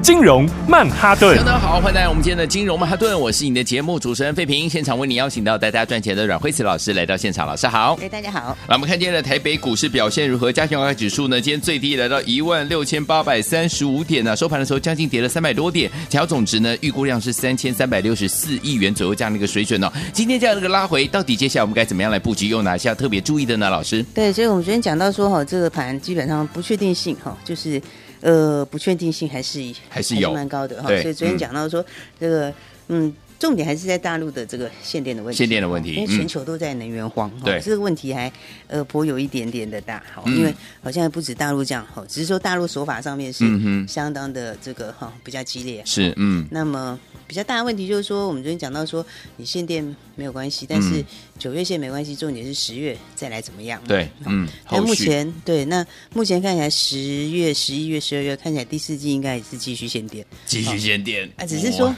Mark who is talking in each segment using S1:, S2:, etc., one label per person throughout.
S1: 金融曼哈顿
S2: 大。家好，欢迎来到我们今天的金融曼哈顿，我是你的节目主持人费平。现场为你邀请到带大家赚钱的阮慧慈老师来到现场，老师好。
S3: 哎，大家好。
S2: 那我们看今天的台北股市表现如何？加权股价指数呢？今天最低来到一万六千八百三十五点呢、收盘的时候将近跌了三百多点，调总值呢预估量是三千三百六十四亿元左右这样的一个水准哦。今天这样的一个拉回，到底接下来我们该怎么样来布局？有哪些要特别注意的呢？老师，
S3: 对，所以我们昨天讲到说哈，这个盘基本上不确定性哈，就是呃不确定性还是
S2: 还是有
S3: 蛮高的哈。
S2: 对
S3: 所以昨天讲到说、这个嗯。重点还是在大陆的这个限电的问题，
S2: 限电的问题
S3: 因为
S2: 嗯
S3: 哎全球都在能源荒，哈
S2: 对
S3: 这个问题还呃颇有一点点的大，哈，
S2: 嗯
S3: 因为好像还不止大陆这样，哈，只是说大陆手法上面
S2: 嗯
S3: 是
S2: 哼
S3: 相当的这个哈比较激烈，
S2: 是嗯，
S3: 那么比较大的问题就是说，我们昨天讲到说，你限电没有关系，但是
S2: 嗯
S3: 九月限没关系，重点是十月再来怎么样嘛？
S2: 对，嗯，
S3: 那
S2: 后
S3: 目
S2: 续
S3: 前对，那目前看起来十月、十一月、十二月看起来第四季应该也是继续限电
S2: 继续限电
S3: 啊，只是说
S2: 哇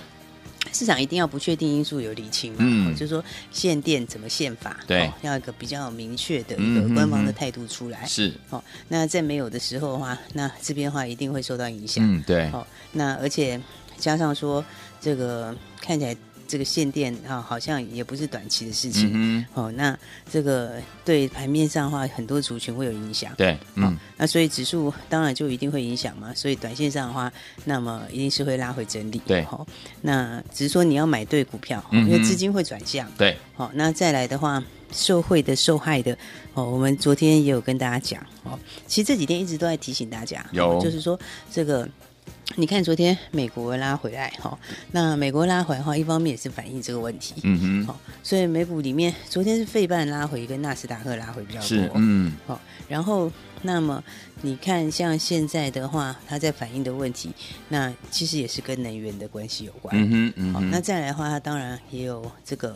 S3: 市场一定要不确定因素有理清嘛，
S2: 嗯
S3: 哦就是说限电怎么限法，
S2: 对
S3: 哦要一个比较明确的一
S2: 嗯
S3: 个
S2: 哼
S3: 官方的
S2: 哼
S3: 态度出来。
S2: 嗯是
S3: 哦，那在没有的时候的话，那这边的话一定会受到影响。
S2: 嗯对
S3: 哦，那而且加上说这个看起来这个限电啊、好像也不是短期的事情。
S2: 嗯哼
S3: 哦，那这个对盘面上的话，很多族群会有影响。
S2: 对嗯
S3: 那所以指数当然就一定会影响嘛。所以短线上的话，那么一定是会拉回整理。
S2: 对
S3: 哦，那只是说你要买对股票，
S2: 嗯哼
S3: 因为资金会转向。
S2: 对
S3: 好、那再来的话，受贿的、受害的，哦，我们昨天也有跟大家讲哦。其实这几天一直都在提醒大家，
S2: 有
S3: 哦就是说这个，你看昨天美国拉回来哈、哦，那美国拉回来的话，一方面也是反映这个问题，
S2: 嗯
S3: 好、
S2: 哼
S3: 哦，所以美股里面昨天是费半拉回跟纳斯达克拉回比较多，
S2: 是嗯
S3: 好、然后那么你看，像现在的话，它在反映的问题，那其实也是跟能源的关系有关，
S2: 嗯哼嗯
S3: 好，
S2: 哼
S3: 那再来的话，它当然也有这个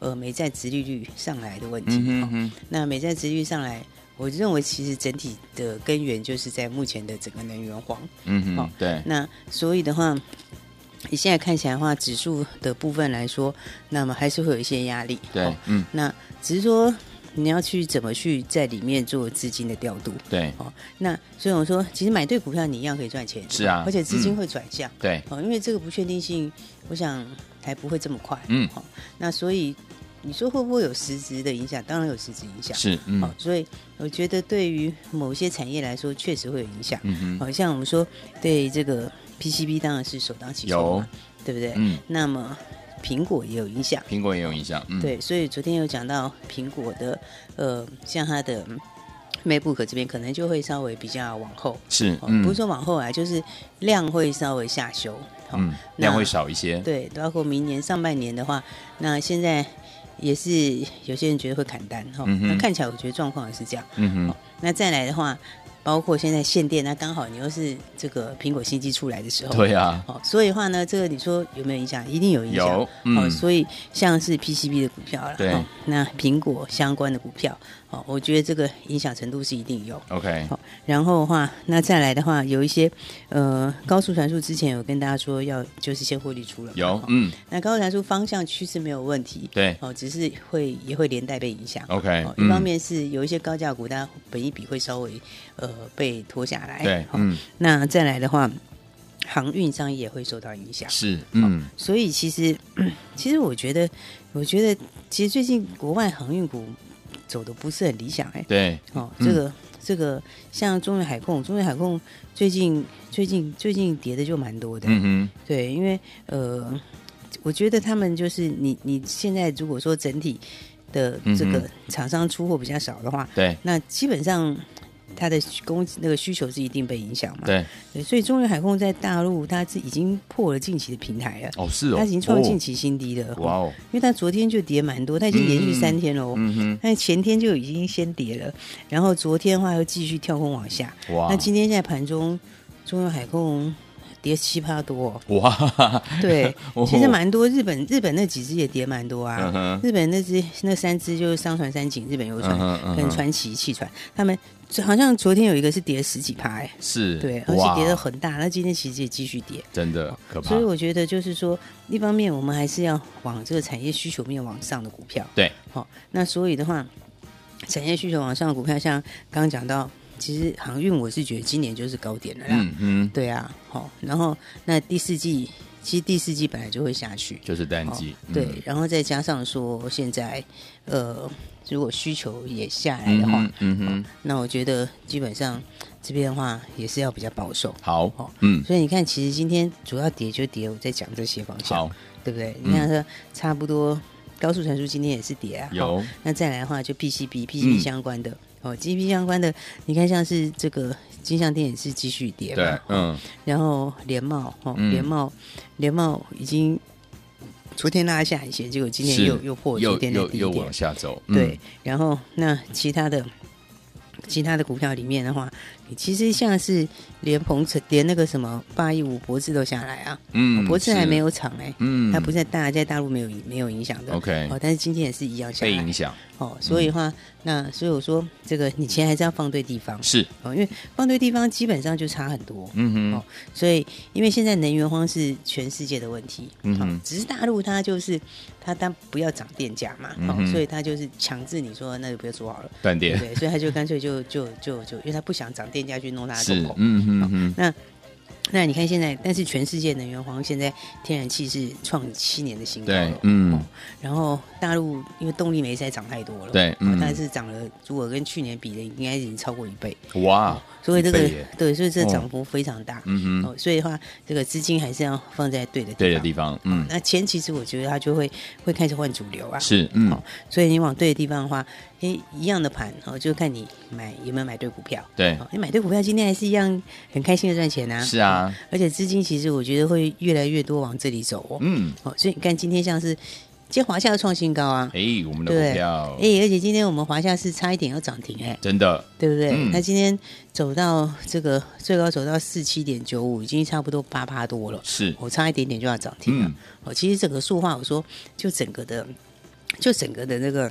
S3: 呃美债殖利率上来的问题。
S2: 嗯哼嗯
S3: 好
S2: 哼
S3: 那美债殖利率上来，我认为其实整体的根源就是在目前的整个能源荒。
S2: 嗯
S3: 好
S2: 哼对
S3: 那所以的话，你现在看起来的话，指数的部分来说，那么还是会有一些压力。
S2: 对
S3: 哦
S2: 嗯
S3: 那只是说你要去怎么去在里面做资金的调度。
S2: 对
S3: 哦，那所以我说，其实买对股票你一样可以赚钱，
S2: 是啊
S3: 而且资
S2: 嗯
S3: 金会转向。
S2: 对
S3: 哦，因为这个不确定性，我想还不会这么快。
S2: 嗯
S3: 好、那所以你说会不会有实质的影响？当然有实质影响。
S2: 是
S3: 好、
S2: 嗯
S3: 所以我觉得对于某些产业来说，确实会有影响。
S2: 嗯哼
S3: 好、像我们说对这个 PCB 当然是首当其冲嘛，对不对？
S2: 嗯
S3: 那么苹果也有影响。
S2: 苹果也有影响嗯
S3: 对，所以昨天有讲到苹果的，呃，像它的嗯 MacBook 这边可能就会稍微比较往后，
S2: 是嗯
S3: 哦不是说往后啊，就是量会稍微下修。好
S2: 嗯
S3: 那
S2: 量会少一些
S3: 对，包括明年上半年的话，那现在也是有些人觉得会砍单哈、
S2: 嗯哼
S3: 那看起来我觉得状况也是这样。
S2: 嗯哼
S3: 那再来的话，包括现在限电，那刚好你又是这个苹果新机出来的时候，
S2: 对啊
S3: 哦，所以的话呢，这个你说有没有影响？一定有影响。
S2: 有嗯
S3: 哦，所以像是 PCB 的股票了，
S2: 对
S3: 哦那苹果相关的股票，哦，我觉得这个影响程度是一定有。
S2: OK
S3: 好，然后的话，那再来的话，有一些呃高速传输，之前有跟大家说要就是先获利出了嘛，
S2: 有
S3: 哦
S2: 嗯
S3: 那高速传输方向趋势没有问题，
S2: 对
S3: 哦，只是会也会连带被影响。
S2: OK
S3: 哦，
S2: 嗯
S3: 一方面是有一些高价股，它本一比会稍微呃被拖下来，
S2: 对
S3: 哎好
S2: 嗯
S3: 那再来的话，航运商也会受到影响。
S2: 是嗯
S3: 所以其实， 其实我觉得，我觉得其实最近国外航运股走的不是很理想哎、
S2: 对
S3: 哦，
S2: 嗯
S3: 这个、这个像中远海控，中远海控最近最近最近跌的就蛮多的，
S2: 嗯哼
S3: 对，因为呃，我觉得他们就是你你现在如果说整体的这
S2: 嗯
S3: 个厂商出货比较少的话，
S2: 对
S3: 那基本上。它的供那个需求是一定被影响嘛？
S2: 对
S3: 对，所以中远海控在大陆它是已经破了近期的平台了，
S2: 哦是哦
S3: 它已经创近
S2: 期
S3: 期新低了。
S2: 哇哦
S3: 因为它昨天就跌蛮多，它已经连续三天喽。
S2: 嗯哼
S3: 那前天就已经先跌了，然后昨天的话又继续跳空往下。
S2: 哇
S3: 那今天现在盘中，中远海控跌七趴多、哦。
S2: 哇，
S3: 对
S2: 哦，
S3: 其实蛮多日本日本那几只也跌蛮多啊。
S2: 嗯哼
S3: 日本那只那三只就是商船三井、日本游船、
S2: 嗯哼嗯哼
S3: 跟川崎汽船，他们好像昨天有一个是跌十几趴、哎，
S2: 是，
S3: 对，而且
S2: 哇，
S3: 跌得很大。那今天其实也继续跌，
S2: 真的可怕
S3: 所以，我觉得就是说，一方面我们还是要往这个产业需求面往上的股票，
S2: 对，
S3: 好、那所以的话，产业需求往上的股票，像刚刚讲到，其实航运我是觉得今年就是高点了啦，
S2: 嗯嗯，
S3: 对啊，好、然后那第四季其实第四季本来就会下去，
S2: 就是淡季，嗯
S3: 对，然后再加上说现在呃，如果需求也下来
S2: 嗯
S3: 的话，
S2: 哼嗯哼，
S3: 那我觉得基本上这边的话也是要比较保守。
S2: 好
S3: 好，
S2: 嗯，
S3: 所以你看，其实今天主要跌就跌，我在讲这些方向
S2: 好，，嗯
S3: 对不对？你看它差不多，高速传输今天也是跌啊。
S2: 有
S3: 哦那再来的话，就 PCB、
S2: 嗯
S3: PCB 相关的、哦，GP 相关的，你看像是这个金像电也是继续跌嘛，
S2: 对，嗯，
S3: 然后联茂哦，
S2: 嗯
S3: 联茂联茂已经昨天拉下影线，结果今天
S2: 是
S3: 又又破
S2: 又
S3: 昨天的
S2: 又
S3: 低
S2: 又
S3: 点
S2: 往，下走，嗯
S3: 对，，然后那其他的其他的股票里面的话，你其实像是连鹏程连那个什么八一五博智都下来啊，
S2: 嗯
S3: 博智还
S2: 是
S3: 没有涨哎、
S2: 嗯，
S3: 它不是在大在大陆没有没有影响的
S2: OK
S3: 哦，但是今天也是一样下
S2: 被影
S3: 来
S2: 响，嗯
S3: 哦，所以的话，那所以我说这个你钱还是要放对地方
S2: 是，
S3: 哦，因为放对地方基本上就差很多，
S2: 嗯哼
S3: 哦，所以因为现在能源荒是全世界的问题，
S2: 嗯哼
S3: 哦只是大陆它就是它它不要涨电价嘛，
S2: 嗯
S3: 哦
S2: 哼，
S3: 所以它就是强制你说那就不要 做好了，
S2: 断电，
S3: 对，所以它就干脆就就就就，因为它不想涨电价去弄它的
S2: 是
S3: 出口，，
S2: 嗯哼哼，
S3: 那你看现在，但是全世界能源荒，现在天然气是创七年的新高
S2: 对
S3: 了，
S2: 嗯，
S3: 然后大陆因为动力煤实在涨太多了，
S2: 对
S3: 哦
S2: 嗯
S3: 但是涨了，如果跟去年比的，应该已经超过一倍，
S2: 哇，
S3: 所以这个
S2: 一倍耶
S3: 对，所以这
S2: 哦
S3: 涨幅非常大，
S2: 嗯哼，
S3: 哦，所以的话，这个资金还是要放在对的地方。
S2: 对的地方，嗯，
S3: 那钱其实我觉得它就会会开始换主流啊，
S2: 是，嗯，
S3: 好所以你往对的地方的话，诶，一样的盘哦，就看你买有没有买对股票。
S2: 对，
S3: 哦，你买对股票，今天还是一样很开心的赚钱啊。
S2: 是啊，
S3: 而且资金其实我觉得会越来越多往这里走哦。
S2: 嗯，
S3: 哦，所以你看今天像是，今天华夏又创新高啊，
S2: 哎，我们的
S3: 对哎
S2: 股票，
S3: 诶，而且今天我们华夏是差一点要涨停哎、
S2: 真的，
S3: 对不对？
S2: 嗯
S3: 那今天走到这个最高走到四七点九五，已经差不多八趴多了，
S2: 是，
S3: 我差一点点就要涨停了
S2: 嗯。
S3: 哦、其实整个塑化，我说就整个的，就整个的那个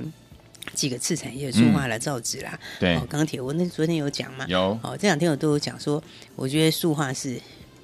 S3: 几个次产业，塑化啦、造纸啦，
S2: 嗯对
S3: 哦，钢铁，我那昨天有讲嘛，
S2: 有
S3: 哦，这两天我都有讲说，我觉得塑化是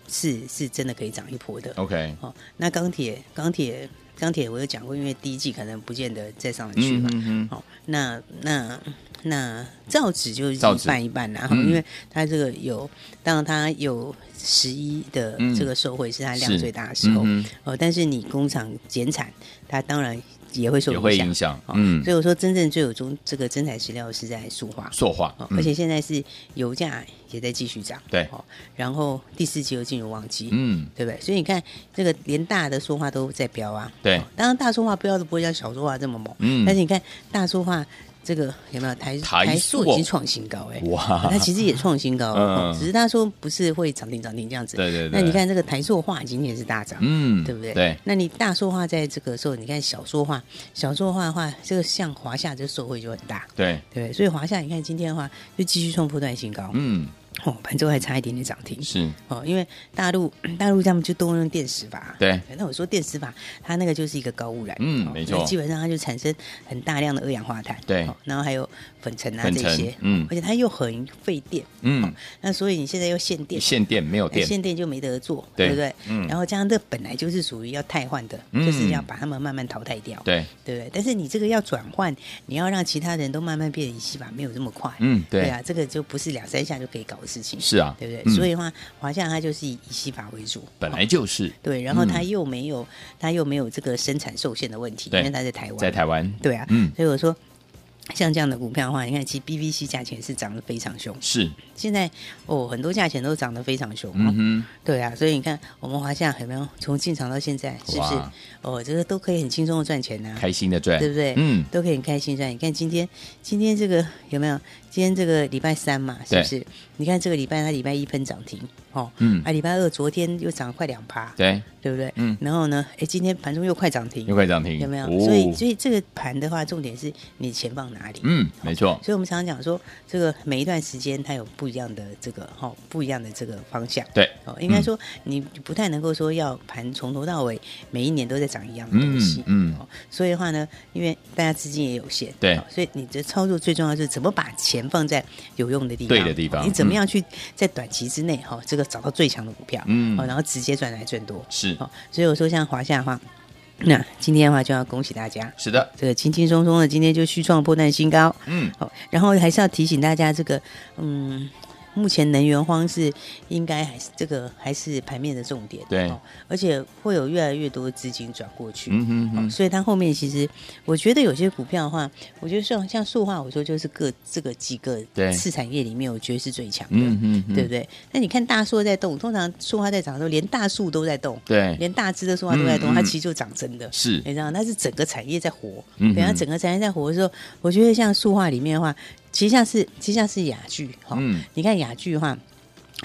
S3: 是是真的可以涨一波的。
S2: ，OK，
S3: 哦，那钢铁钢铁钢铁我有讲过，因为第一季可能不见得再上得去嘛。
S2: 嗯哼，
S3: 哦，那那那造纸就是
S2: 造
S3: 一
S2: 纸
S3: 半一半啦，
S2: 嗯
S3: 因为它这个有，当然它有十一的
S2: 嗯
S3: 这个受惠是它啊量
S2: 是
S3: 最大的时
S2: 嗯
S3: 候，
S2: 哼，
S3: 哦，但是你工厂减产，它当然也会受
S2: 也会
S3: 影
S2: 影
S3: 响。
S2: 响，
S3: 哦
S2: 嗯，
S3: 所以我说，真正最有中这个真材实料是在塑化，
S2: 塑化
S3: 哦，
S2: 嗯
S3: 而且现在是油价也在继续涨，
S2: 对
S3: 哦，然后第四季又进入旺季，
S2: 嗯，
S3: 对不对？所以你看，这个连大的说话都在飙啊。
S2: 对
S3: 哦当然大说话飙的不会像小说话这么猛，
S2: 嗯
S3: 但是你看大说话这个有没有台
S2: 台塑
S3: 塑已经创新高哎、
S2: 哇
S3: 它其实也创新高，哦
S2: 嗯
S3: 只是他说不是会涨停涨停这样子。
S2: 对对对
S3: 那你看这个台塑化今天也是大涨。
S2: 嗯，
S3: 对不对？
S2: 对，
S3: 那你大说话在这个时候，你看小说话，小说话的话，这个像华夏这个受惠就很大，
S2: 对，
S3: 对不对？所以华夏，你看今天的话，就继续创破断新高，
S2: 嗯，
S3: 哦，盘中还差一点点涨停，
S2: 是，
S3: 哦，因为大陆大陆他们就都用电磁法，
S2: 对，
S3: 那我说电磁法，它那个就是一个高污染，
S2: 嗯
S3: 哦
S2: 没错
S3: 那基本上它就产生很大量的二氧化碳，
S2: 对
S3: 哦然后还有粉尘啊
S2: 粉
S3: 这
S2: 尘
S3: 些，
S2: 嗯
S3: 而且它又很费电，
S2: 嗯，
S3: 那所以你现在又限电。
S2: 限电没有
S3: 哎
S2: 电，
S3: 限电就没得做，
S2: 对
S3: 对不对？
S2: 嗯
S3: 然后加上这本来就是属于要汰换的，
S2: 嗯
S3: 就是要把它们慢慢淘汰掉，
S2: 对，
S3: 对不对？但是你这个要转换，你要让其他人都慢慢变成洗法，没有这么快，
S2: 嗯，
S3: 对
S2: 对，
S3: 啊，这个就不是两三下就可以搞的事情，
S2: 是啊，
S3: 对不对？
S2: 嗯
S3: 所以的话，华夏它就是以以西法为主，
S2: 本来
S3: 哦
S2: 就是
S3: 对，然后它
S2: 嗯
S3: 又没有、它又没有这个生产受限的问题，
S2: 对
S3: 因为它在台湾，
S2: 在台湾，
S3: 对啊，
S2: 嗯
S3: 所以我说。像这样的股票的话，你看，其实 BVC 价钱是涨得非常凶，
S2: 是，
S3: 现在哦，很多价钱都涨得非常凶、哦。
S2: 嗯哼，
S3: 对啊，所以你看，我们华夏有没有从进场到现在，是不是
S2: 哇？
S3: 哦，这个都可以很轻松的赚钱呐、
S2: 开心的赚，
S3: 对不对？
S2: 嗯，
S3: 都可以很开心赚。你看今天，今天这个有没有？今天这个礼拜三嘛，是不是？你看这个礼拜，它礼拜一喷涨停，哦，
S2: 嗯
S3: 啊，礼拜二昨天又涨了快两趴，
S2: 对，
S3: 对不对？
S2: 嗯
S3: 然后呢，哎，今天盘中又快涨停
S2: 又，快涨停，
S3: 有没有？
S2: 哦
S3: 所以，所以这个盘的话，重点是你钱放哪里。
S2: 嗯，没错，
S3: 所以我们常常讲说，这个每一段时间它有不一样的这个哈、哦，不一样的这个方向。
S2: 对，
S3: 哦，应该说你不太能够说要盘从头到尾每一年都在涨一样的东西。
S2: 嗯嗯
S3: 哦，所以的话呢，因为大家资金也有限，
S2: 对
S3: 哦所以你的操作最重要就是怎么把钱放在有用的地方，
S2: 对的地方
S3: 哦你怎么样去在短期之内哈、哦，这个找到最强的股票，
S2: 嗯
S3: 哦，然后直接赚来赚多。
S2: 是
S3: 哦，所以我说像华夏的话，那今天的话就要恭喜大家，
S2: 是的，
S3: 这个轻轻松松的，今天就续创破蛋新高。
S2: 嗯，
S3: 好，然后还是要提醒大家，这个嗯，目前能源荒是应该还是这个还是盘面的重点，
S2: 对
S3: 哦而且会有越来越多资金转过去。
S2: 嗯哼
S3: 哦
S2: 哼，
S3: 所以它后面其实，我觉得有些股票的话，我觉得像像塑化，我说就是各这个几个
S2: 对
S3: 次产业里面，我觉得是最强的，
S2: 嗯哼哼，
S3: 对不对？那你看大树在动，通常塑化在涨的时候，连大树都在动，
S2: 对，
S3: 连大只的塑化都在动，它
S2: 嗯嗯
S3: 其实就涨真的。
S2: 是，
S3: 你知道，那是整个产业在活。
S2: 嗯哼
S3: 等它整个产业在活的时候，我觉得像塑化里面的话，其实像是其实像是雅剧哈、
S2: 嗯
S3: 你看雅剧的话。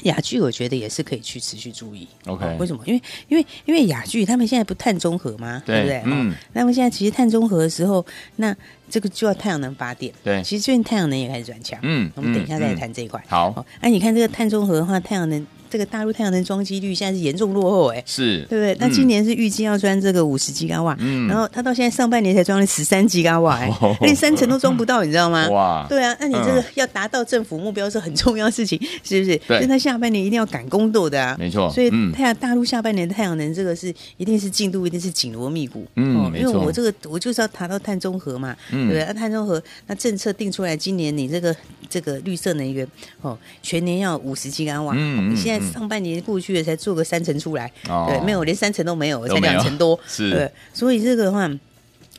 S3: 雅剧我觉得也是可以去持续注意
S2: OK
S3: 哦为什么？因为因为因为雅剧他们现在不碳中和吗？
S2: 对
S3: 不对？
S2: 嗯
S3: 哦，那么现在其实碳中和的时候，那这个就要太阳能发电。
S2: 对
S3: 其实最近太阳能也开始转强。
S2: 嗯
S3: 我们等一下再
S2: 嗯
S3: 谈这一块。
S2: 好，
S3: 哦，那、你看这个碳中和的话，太阳能这个大陆太阳能装机率现在是严重落后哎、
S2: 是，
S3: 对不对？那
S2: 嗯
S3: 今年是预计要装这个五十吉瓦瓦，
S2: 嗯
S3: 然后他到现在上半年才装了十三吉瓦，哎
S2: 哦
S3: 连三成都装不到，你知道吗？
S2: 哇，
S3: 对啊，那你这个
S2: 嗯
S3: 要达到政府目标是很重要的事情，是不是？
S2: 对
S3: 所以他下半年一定要赶工作的啊。
S2: 没错，
S3: 所以
S2: 嗯
S3: 太阳大陆下半年的太阳能这个是一定是进度一定是紧锣密鼓，哦
S2: 嗯没
S3: 因为
S2: 错
S3: 我这个我就是要达到碳中和嘛，
S2: 嗯
S3: 对不对？那碳中和那政策定出来，今年你这个这个绿色能源哦，全年要五十吉瓦，哦
S2: 嗯嗯
S3: 你现
S2: 嗯
S3: 在上半年过去了才做个三成出来，
S2: 哦
S3: 对，没有连三成都没有，
S2: 都
S3: 才
S2: 没有
S3: 两成多，
S2: 是
S3: 对，所以这个的话，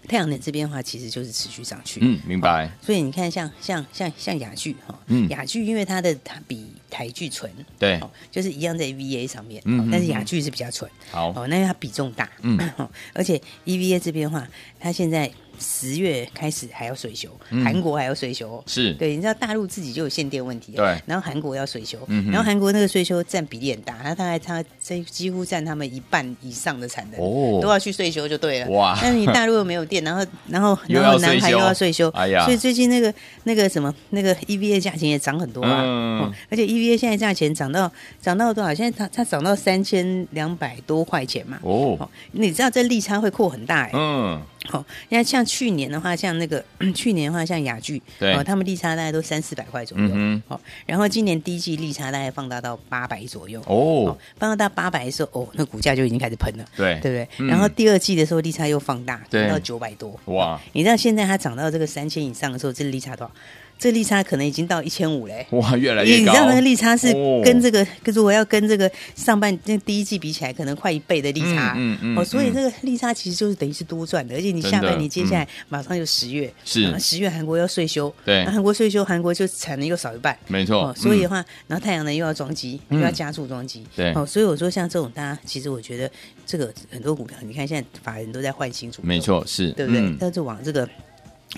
S3: 太阳能这边的话其实就是持续上去，
S2: 嗯，明白，
S3: 所以你看像，像像像雅剧哈
S2: 嗯，
S3: 雅剧因为它的它比台剧纯，
S2: 对，
S3: 哦，就是一样在 EVA 上面，
S2: 嗯
S3: 哦
S2: 嗯
S3: 但是雅剧是比较纯，
S2: 好，
S3: 哦，那因为它比重大，
S2: 嗯
S3: 哦，而且 EVA 这边的话，它现在十月开始还要水修，
S2: 嗯
S3: 韩国还要水修哦，
S2: 是，
S3: 对，你知道大陆自己就有限电问题哦，
S2: 对
S3: 然后韩国要税修，
S2: 嗯哼
S3: 然后韩国那个税修占比例很大，它大概它这几乎占他们一半以上的产能，
S2: 哦
S3: 都要去税修就对了。
S2: 哇
S3: 但是你大陆又没有电，然后然后
S2: 又
S3: 然
S2: 要
S3: 后南海
S2: 税修
S3: 又要税修，
S2: 哎呀
S3: 所以最近那个那个什么那个 EVA 价钱也涨很多啊，
S2: 嗯
S3: 哦而且 EVA 现在价钱涨到涨到多少？现在它它涨到三千两百多块钱嘛。
S2: 哦
S3: 哦，，你知道这利差会扩很大哎、
S2: 嗯，
S3: 好、因为像去年的话，像那个去年的话，像雅聚，
S2: 对
S3: 哦，他们利差大概都三四百块左右，
S2: 嗯
S3: 哦，然后今年第一季利差大概放大到八百左右，
S2: 哦，
S3: 放大到八百的时候，哦，那股价就已经开始喷了，
S2: 对，
S3: 对不对？
S2: 嗯
S3: 然后第二季的时候利差又放大，
S2: 对
S3: 涨到九百多，哦
S2: 哇
S3: 你知道现在它涨到这个三千以上的时候，这利差多少？这利差可能已经到一千五嘞。
S2: 哇，越来
S3: 因为
S2: 越
S3: 你知
S2: 高，
S3: 道那个利差是
S2: 哦
S3: 跟这个，跟如果要跟这个上半那第一季比起来，可能快一倍的利差，
S2: 嗯嗯嗯
S3: 哦，所以
S2: 嗯
S3: 这个利差其实就是等于是多赚的，而且你
S2: 真的嗯
S3: 下半年接下来马上就十月，
S2: 是
S3: 然后十月韩国要税修，
S2: 对
S3: 那韩国税修，韩国就产能又少一半。哦
S2: 没错，
S3: 所以
S2: 嗯
S3: 的话，然后太阳能又要装机，
S2: 嗯
S3: 又要加速装机，
S2: 对
S3: 哦，所以我说像这种，大家其实我觉得这个很多股票，你看现在法人都在换新主哦流
S2: 没错，是，
S3: 对不对？
S2: 嗯
S3: 但是往这个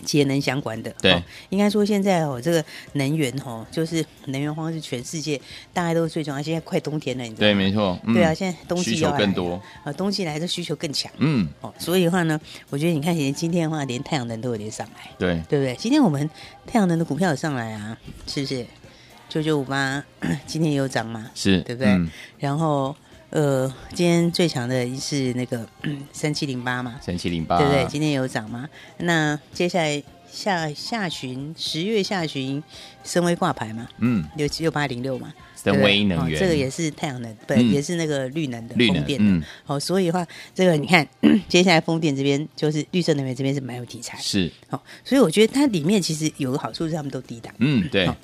S3: 节能相关的，
S2: 对
S3: 哦应该说现在哦，这个能源哦，就是能源荒是全世界大家都是最重要。现在快冬天了，你知道
S2: 对，
S3: 吗？
S2: 没错，嗯
S3: 对啊，，现在冬
S2: 需
S3: 季
S2: 求
S3: 要来
S2: 更
S3: 了
S2: 多，
S3: 啊，冬季来的需求更强
S2: 嗯，
S3: 哦，所以的话呢，我觉得你看，连今天的话，连太阳能都有点上来，
S2: 对，
S3: 对不对？今天我们太阳能的股票有上来啊，是不是？九九五八今天也有涨嘛，
S2: 是，嗯
S3: 对不对？然后呃，今天最强的是那个三七零八嘛，
S2: 三七零八，
S3: 对不对？今天有涨嘛？那接下来下下旬十月下旬，深威挂牌嘛，
S2: 嗯，
S3: 六六八零六嘛，
S2: 森
S3: 对不对
S2: 威能源，
S3: 哦，这个也是太阳能，对，
S2: 嗯
S3: 也是那个绿能的
S2: 绿
S3: 风
S2: 能，
S3: 电的。
S2: 嗯，
S3: 哦，所以的话，这个你看， 接下来风电这边就是绿色能源这边是蛮有题材。
S2: 是，
S3: 哦，所以我觉得它里面其实有个好处是他们都低档，
S2: 嗯，对
S3: 好，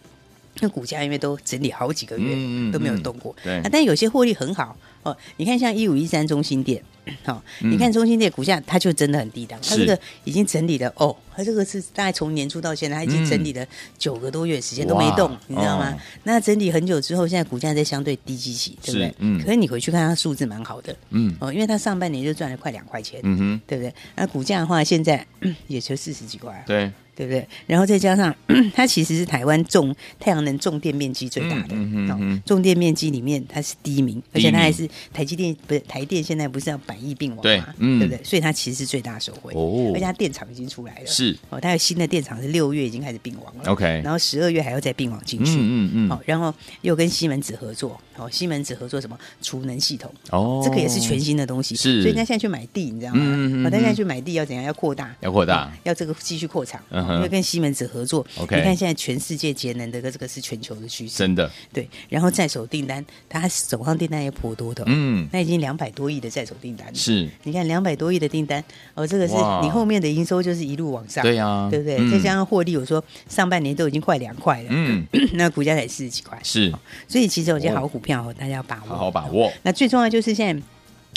S3: 那股价因为都整理好几个月、
S2: 嗯嗯
S3: 都没有
S2: 嗯
S3: 动过，
S2: 对
S3: 啊，但有些获利很好哦。你看像一五一三中心店，好、你看中心店股价它就真的很低档，它
S2: 嗯是
S3: 这个已经整理了哦，它这个是大概从年初到现在，它已经整理了九个多月时间都没动
S2: 嗯哇，
S3: 你知道吗？
S2: 哦
S3: 那整理很久之后，现在股价在相对低基期，对不对
S2: 是？嗯
S3: 可是你回去看它数字蛮好的
S2: 嗯
S3: 哦，因为它上半年就赚了快两块钱，
S2: 嗯哼，
S3: 对不对？那股价的话，现在也就四十几块啊，
S2: 对，
S3: 对不对？然后再加上 它其实是台湾重太阳能重电面积最大的，
S2: 嗯嗯嗯嗯
S3: 哦，重电面积里面它是第一名，而
S2: 第一
S3: 且它还
S2: 名
S3: 是台积电不是台电现在不是要百亿并网
S2: 对
S3: 嘛，
S2: 嗯
S3: 对不对？所以它其实是最大手绘，
S2: 哦
S3: 而且它电厂已经出来了，
S2: 是
S3: 哦，它有新的电厂是六月已经开始并网了
S2: OK
S3: 然后十二月还要再并网进去，哦
S2: 嗯嗯
S3: 好、
S2: 嗯，
S3: 然后又跟西门子合作，好、西门子合作什么储能系统，
S2: 哦
S3: 这个也是全新的东西，
S2: 是
S3: 所以人家现在去买地，你知道吗？
S2: 嗯嗯嗯
S3: 哦，他现在
S2: 嗯
S3: 去买地要怎样？要扩大，
S2: 要扩大
S3: 哦要这个继续扩厂，
S2: 嗯哼
S3: 因为跟西门子合作。
S2: OK
S3: 你看现在全世界节能的这个是全球的趋势，
S2: 真的，
S3: 对。然后在手订单，它手上订单也颇多的，，哦
S2: 嗯，
S3: 那已经两百多亿的在手订单了。
S2: 是
S3: 你看两百多亿的订单，哦，这个是
S2: 哇
S3: 你后面的营收就是一路往上，
S2: 对啊
S3: 对不对？
S2: 嗯
S3: 再加上获利，我说上半年都已经快两块了，
S2: 嗯，
S3: 那股价才四十几块，
S2: 是，
S3: 所以其实有些好股票哦，大家要把握，
S2: 好好把握，
S3: 那最重要就是现在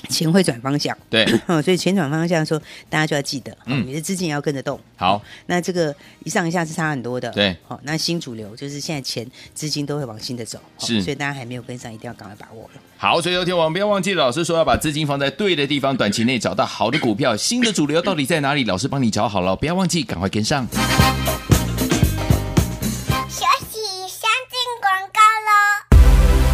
S3: 钱会转方向，
S2: 对，
S3: 哦，所以钱转方向的时候，大家就要记得，哦
S2: 嗯
S3: 你的资金也要跟着动。
S2: 好，
S3: 那这个一上一下是差很多的，
S2: 对
S3: 好、那新主流就是现在钱资金都会往新的走，哦
S2: 是
S3: 所以大家还没有跟上，一定要赶快把握了。
S2: 好，所以昨天我们不要忘记了，老师说要把资金放在对的地方，短期内找到好的股票，新的主流到底在哪里？老师帮你找好了，不要忘记，赶快跟上。
S4: 学习先进广告喽。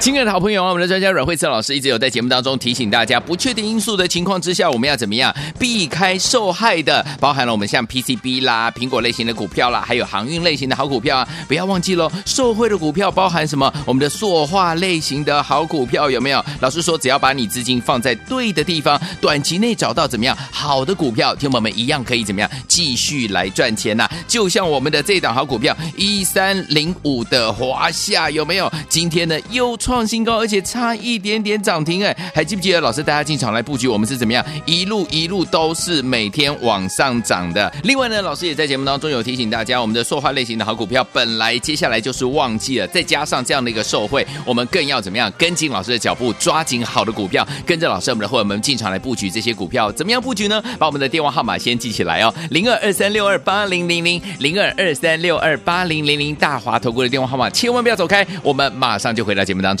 S2: 亲爱的好朋友啊，我们的专家阮慧慈老师一直有在节目当中提醒大家，不确定因素的情况之下，我们要怎么样避开受害的，包含了我们像 PCB 啦、苹果类型的股票啦，还有航运类型的好股票啊，不要忘记喽。受惠的股票包含什么？我们的塑化类型的好股票有没有？老师说，只要把你资金放在对的地方，短期内找到怎么样好的股票，听我们一样可以怎么样继续来赚钱呐、就像我们的这档好股票一三零五的华夏有没有？今天呢又创新高，而且差一点点涨停哎，还记不记得老师带大家进场来布局？我们是怎么样一路一路都是每天往上涨的。另外呢，老师也在节目当中有提醒大家，我们的塑化类型的好股票本来接下来就是旺季了，再加上这样的一个受惠，我们更要怎么样跟进老师的脚步，抓紧好的股票，跟着老师我们的会员们进场来布局这些股票。怎么样布局呢？把我们的电话号码先记起来哦，零二二三六二八零零零零二二三六二八零零零大华投顾的电话号码，千万不要走开，我们马上就回到节目当中。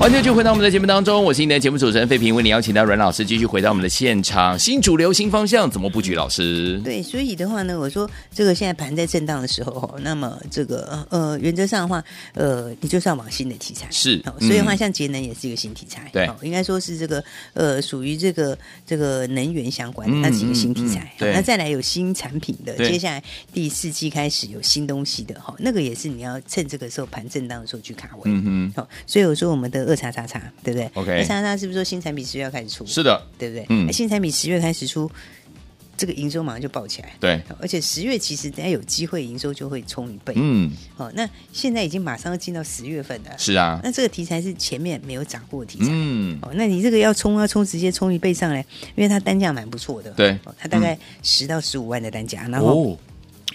S2: 完全就回到我们的节目当中，我是今天的节目主持人费平，为你邀请到阮老师继续回到我们的现场。新主流、新方向怎么布局？老师，
S3: 对，所以的话呢，我说这个现在盘在震荡的时候哦，那么这个呃，原则上的话，呃，你就是要往新的题材
S2: 是
S3: 哦所以的话，
S2: 嗯
S3: 像节能也是一个新题材，
S2: 对
S3: 哦应该说是这个呃，属于这个这个能源相关的，
S2: 嗯
S3: 那是一个新
S2: 嗯
S3: 题材
S2: 嗯。
S3: 好
S2: 对
S3: 那再来有新产品的，
S2: 对
S3: 接下来第四季开始有新东西的哈，哦那个也是你要趁这个时候盘震荡的时候去卡位。
S2: 嗯
S3: 好，所以我说我们的二叉叉叉，对不对
S2: OK
S3: 二叉叉是不是说新产品十月要开始出？
S2: 哼，是的，
S3: 对不对？
S2: 嗯
S3: 嗯，新产品十月开始出，这个营收马上就爆起来。
S2: 对，
S3: 而且十月其实等下有机会，营收就会冲一倍。
S2: 嗯，
S3: 哦，那现在已经马上要进到十月份了。
S2: 是啊，
S3: 那这个题材是前面没有涨过的题材。
S2: 嗯，
S3: 哦，那你这个要冲要冲，直接冲一倍上来，因为它单价蛮不错的。
S2: 对嗯哦
S3: 哦它大概十到十五万的单价，然后，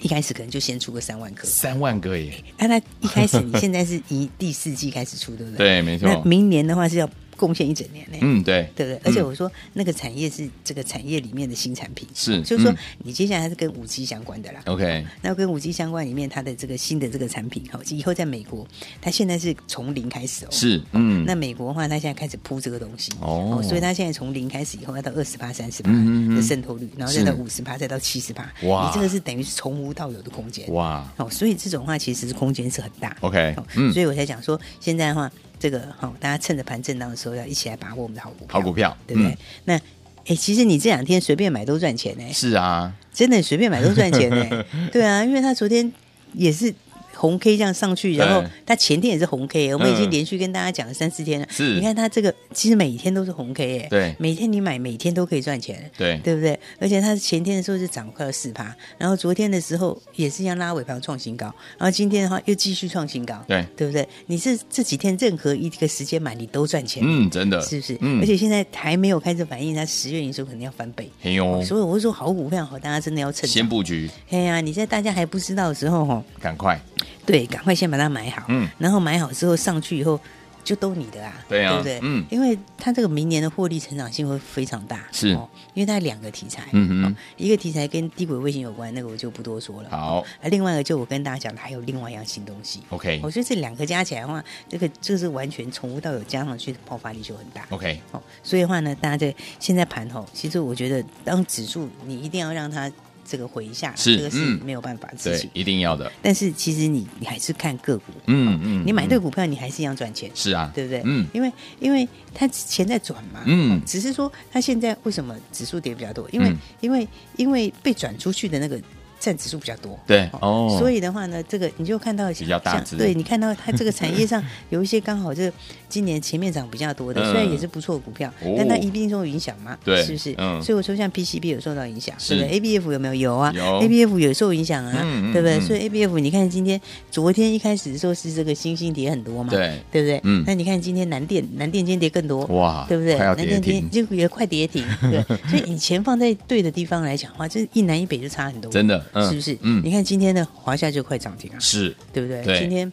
S3: 一开始可能就先出个三万颗。啊
S2: 三万个耶，
S3: 那它一开始，你现在是以第四季开始出，对不对？
S2: 对，没
S3: 那
S2: 错，
S3: 明年的话是要贡献一整年呢。
S2: 嗯，对，
S3: 对不对？而且我说那个产业是这个产业里面的新产品，
S2: 是
S3: 就是
S2: 嗯
S3: 说
S2: 哦
S3: 你接下来是跟五 G 相关的啦。
S2: OK，
S3: 那跟五 G 相关里面，它的这个新的这个产品，好，以后在美国，它现在是从零开始哦。。
S2: 是，嗯，
S3: 那美国的话，它现在开始铺这个东西
S2: 哦
S3: 所以它现在从零开始以后，要到二十八、三十八
S2: 嗯嗯嗯
S3: 的渗透率，然后再到
S2: 是
S3: 五十八，再到七十八，
S2: 哇
S3: 你这个是等于是从无到有的空间，
S2: 哇
S3: 哦，所以这种话其实是空间是很大。
S2: ，OK，
S3: 哦
S2: 嗯
S3: 所，以我才讲说，现在的话，这个好、大家趁着盘震荡的时候，要一起来把握我们的好股票，
S2: 好股票，
S3: 对不对？
S2: 嗯
S3: 那哎、诶其实你这两天随便买都赚钱呢、
S2: 是啊，
S3: 真的随便买都赚钱呢、 对啊，因为他昨天也是。红 K 这样上去，然后
S2: 对
S3: 它前天也是红 K，我们
S2: 嗯
S3: 已经连续跟大家讲了三四天了。
S2: 是
S3: 你看它这个其实每天都是红 K 哎，
S2: 对
S3: 每天你买每天都可以赚钱，
S2: 对，
S3: 对不对？而且它前天的时候是涨快要四趴，然后昨天的时候也是一样拉尾盘创新高，然后今天的话又继续创新高，
S2: 对
S3: 对不对？你是这几天任何一个时间买你都赚钱，
S2: 嗯，真的，
S3: 是不是？
S2: 嗯
S3: 而，且现在还没有开始反应，它十月营收可能要翻倍。
S2: 嘿哟，
S3: 所以我说好股票好，大家真的要趁
S2: 嗯先
S3: 早。
S2: 布局，
S3: 哎呀、你在大家还不知道的时候，哦，
S2: 赶快，
S3: 对，赶快先把它买好。
S2: 嗯
S3: 然后买好之后上去以后，就都你的啊，
S2: 对啊
S3: 不对？
S2: 嗯
S3: 因为它这个明年的获利成长性会非常大，哦
S2: 是
S3: 因为它有两个题材，哦
S2: 嗯哼
S3: 一个题材跟低轨卫星有关，那个我就不多说了。
S2: 好
S3: 啊，另外一个就我跟大家讲的，还有另外一样新东西。
S2: ，OK，
S3: 我觉得这两个加起来的话，这个这是完全从无到有加上去，爆发力就很大。
S2: OK，
S3: 哦，所以的话呢，大家在现在盘吼，其实我觉得当指数你一定要让它这个回一下，
S2: 是
S3: 这个是
S2: 嗯
S3: 没有办法的事
S2: 对
S3: 情，。
S2: 一定要的，
S3: 但是其实你你还是看个股，
S2: 嗯嗯
S3: 你买对
S2: 嗯
S3: 股票，你还是一样赚钱，
S2: 是啊，
S3: 对不对？
S2: 嗯，
S3: 因为因为它钱在转嘛，
S2: 嗯
S3: 只是说它现在为什么指数跌比较多？因为、
S2: 嗯
S3: 因为因为被转出去的那个占指数比较多，
S2: 对哦
S3: 所以的话呢，这个你就看到比
S2: 较大只
S3: 对你看到它这个产业上有一些刚 好这今年前面涨比较多的，
S2: 嗯
S3: 虽然也是不错的股票，
S2: 哦
S3: 但它一定受影响嘛，
S2: 对
S3: 是不是？
S2: 嗯
S3: 所以我说像 PCB 有受到影响，
S2: 是
S3: 对不对？ABF 有没有？有啊
S2: 有
S3: ，ABF 有受影响啊，
S2: 嗯嗯
S3: 对不对？
S2: 嗯
S3: 所以 ABF 你看今天昨天一开始的时候是这个星星跌很多嘛，
S2: 对
S3: 对不对？
S2: 嗯
S3: 那你看今天南电，南电今天跌更多，
S2: 哇
S3: 对不对？
S2: 啊快要
S3: 南
S2: 跌
S3: 电
S2: 停
S3: 就也快跌停，对。所以以前放在对的地方来讲的话，就是一南一北就差很多，
S2: 真的嗯
S3: 是不是？
S2: 嗯
S3: 你看今天的华夏就快涨停啊，
S2: 是，
S3: 对不对？
S2: 对
S3: 今天，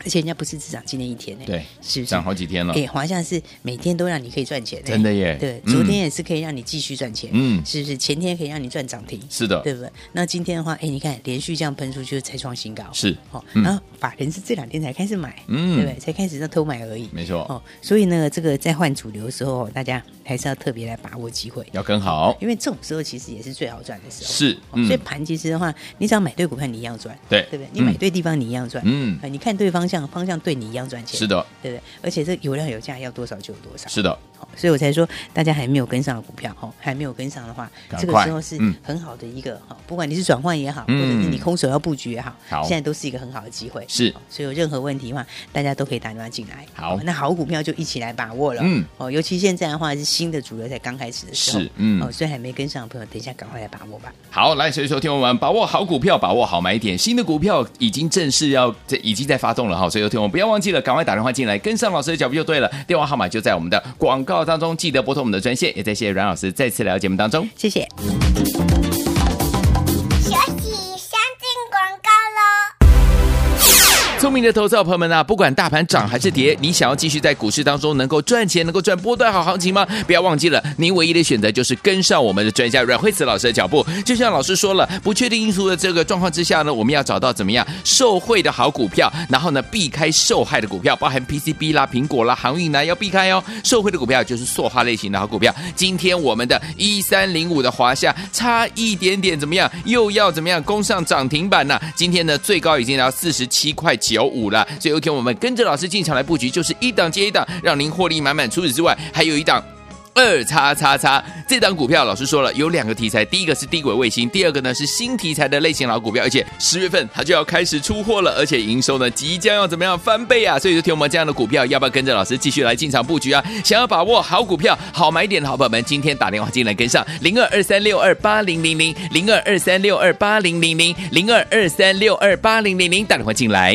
S3: 而且人家不是只涨今天一天呢，
S2: 对，
S3: 是不是
S2: 涨？好几天了，
S3: 哎，华夏是每天都让你可以赚钱，
S2: 真的。耶，
S3: 对，
S2: 嗯
S3: 昨天也是可以让你继续赚钱，
S2: 嗯
S3: 是不是？前天可以让你赚涨停，
S2: 是的，
S3: 对不对？那今天的话，哎，你看连续这样喷出去，才创新高，
S2: 是
S3: 哦。
S2: 嗯
S3: 然后法人是这两天才开始买，
S2: 嗯
S3: 对不对？才开始在偷买而已，
S2: 没错，
S3: 哦。所以呢，这个在换主流的时候，大家还是要特别来把握机会，
S2: 要跟好，
S3: 因为这种时候其实也是最好赚的时候。
S2: 是，
S3: 哦
S2: 嗯
S3: 所以，盘其实的话，你只要买对股票，你一样赚，
S2: 对
S3: 对不对
S2: 嗯？
S3: 你买对地方，你一样赚，
S2: 嗯
S3: 呃，你看对方向，方向对你一样赚钱，
S2: 是，的，
S3: 对不对？而且这有量有价，要多少就有多少，
S2: 是的，
S3: 好所以我才说，大家还没有跟上的股票，哈，还没有跟上的话，
S2: 赶
S3: 这个
S2: 快
S3: 时候是
S2: 嗯
S3: 很好的一个哈，不管你是转换也好，或
S2: 嗯
S3: 者是你空手要布局也好，
S2: 好
S3: 现在都是一个很好的机会。
S2: 是
S3: 好所以有任何问题的话，大家都可以打电话进来。
S2: 好
S3: 哦那好股票就一起来把握了。
S2: 嗯，
S3: 哦，尤其现在的话是新的主流才刚开始的时候，
S2: 是嗯
S3: 哦，所以还没跟上的朋友，等一下赶快来把握吧。
S2: 好，来，所以说，听我们把握好股票，把握好买点。新的股票已经正式要，这已经在发动了哈，所以说，听我们不要忘记了，赶快打电话进来，跟上老师的脚步就对了。电话号码就在我们的广告当中，记得拨通我们的专线。也再谢谢阮老师再次来到节目当中。
S3: 谢谢。
S4: 学习先进广告喽。
S2: 聪明的投资者朋友们啊，不管大盘涨还是跌，你想要继续在股市当中能够赚钱、能够赚波段好行情吗？不要忘记了，你唯一的选择就是跟上我们的专家阮慧慈老师的脚步。就像老师说了，不确定因素的这个状况之下呢，我们要找到怎么样受惠的好股票，然后呢避开受害的股票，包含 PCB 啦、苹果啦、航运啦，要避开哦。受惠的股票就是塑化类型的好股票。今天我们的一三零五的华夏差一点点怎么样，又要怎么样攻上涨停板呢、今天呢最高已经来到四十七块九五了，所以有一天我们跟着老师进场来布局，就是一档接一档，让您获利满满。除此之外，还有一档。二叉叉叉这档股票，老师说了有两个题材，第一个是低轨卫星，第二个呢是新题材的类型老股票，而且十月份它就要开始出货了，而且营收呢即将要怎么样翻倍啊！所以就听我们这样的股票，要不要跟着老师继续来进场布局啊？想要把握好股票、好买点的好朋友们，今天打电话进来跟上零二二三六二八零零零零二二三六二八零零零零二二三六二八零零零打电话进来。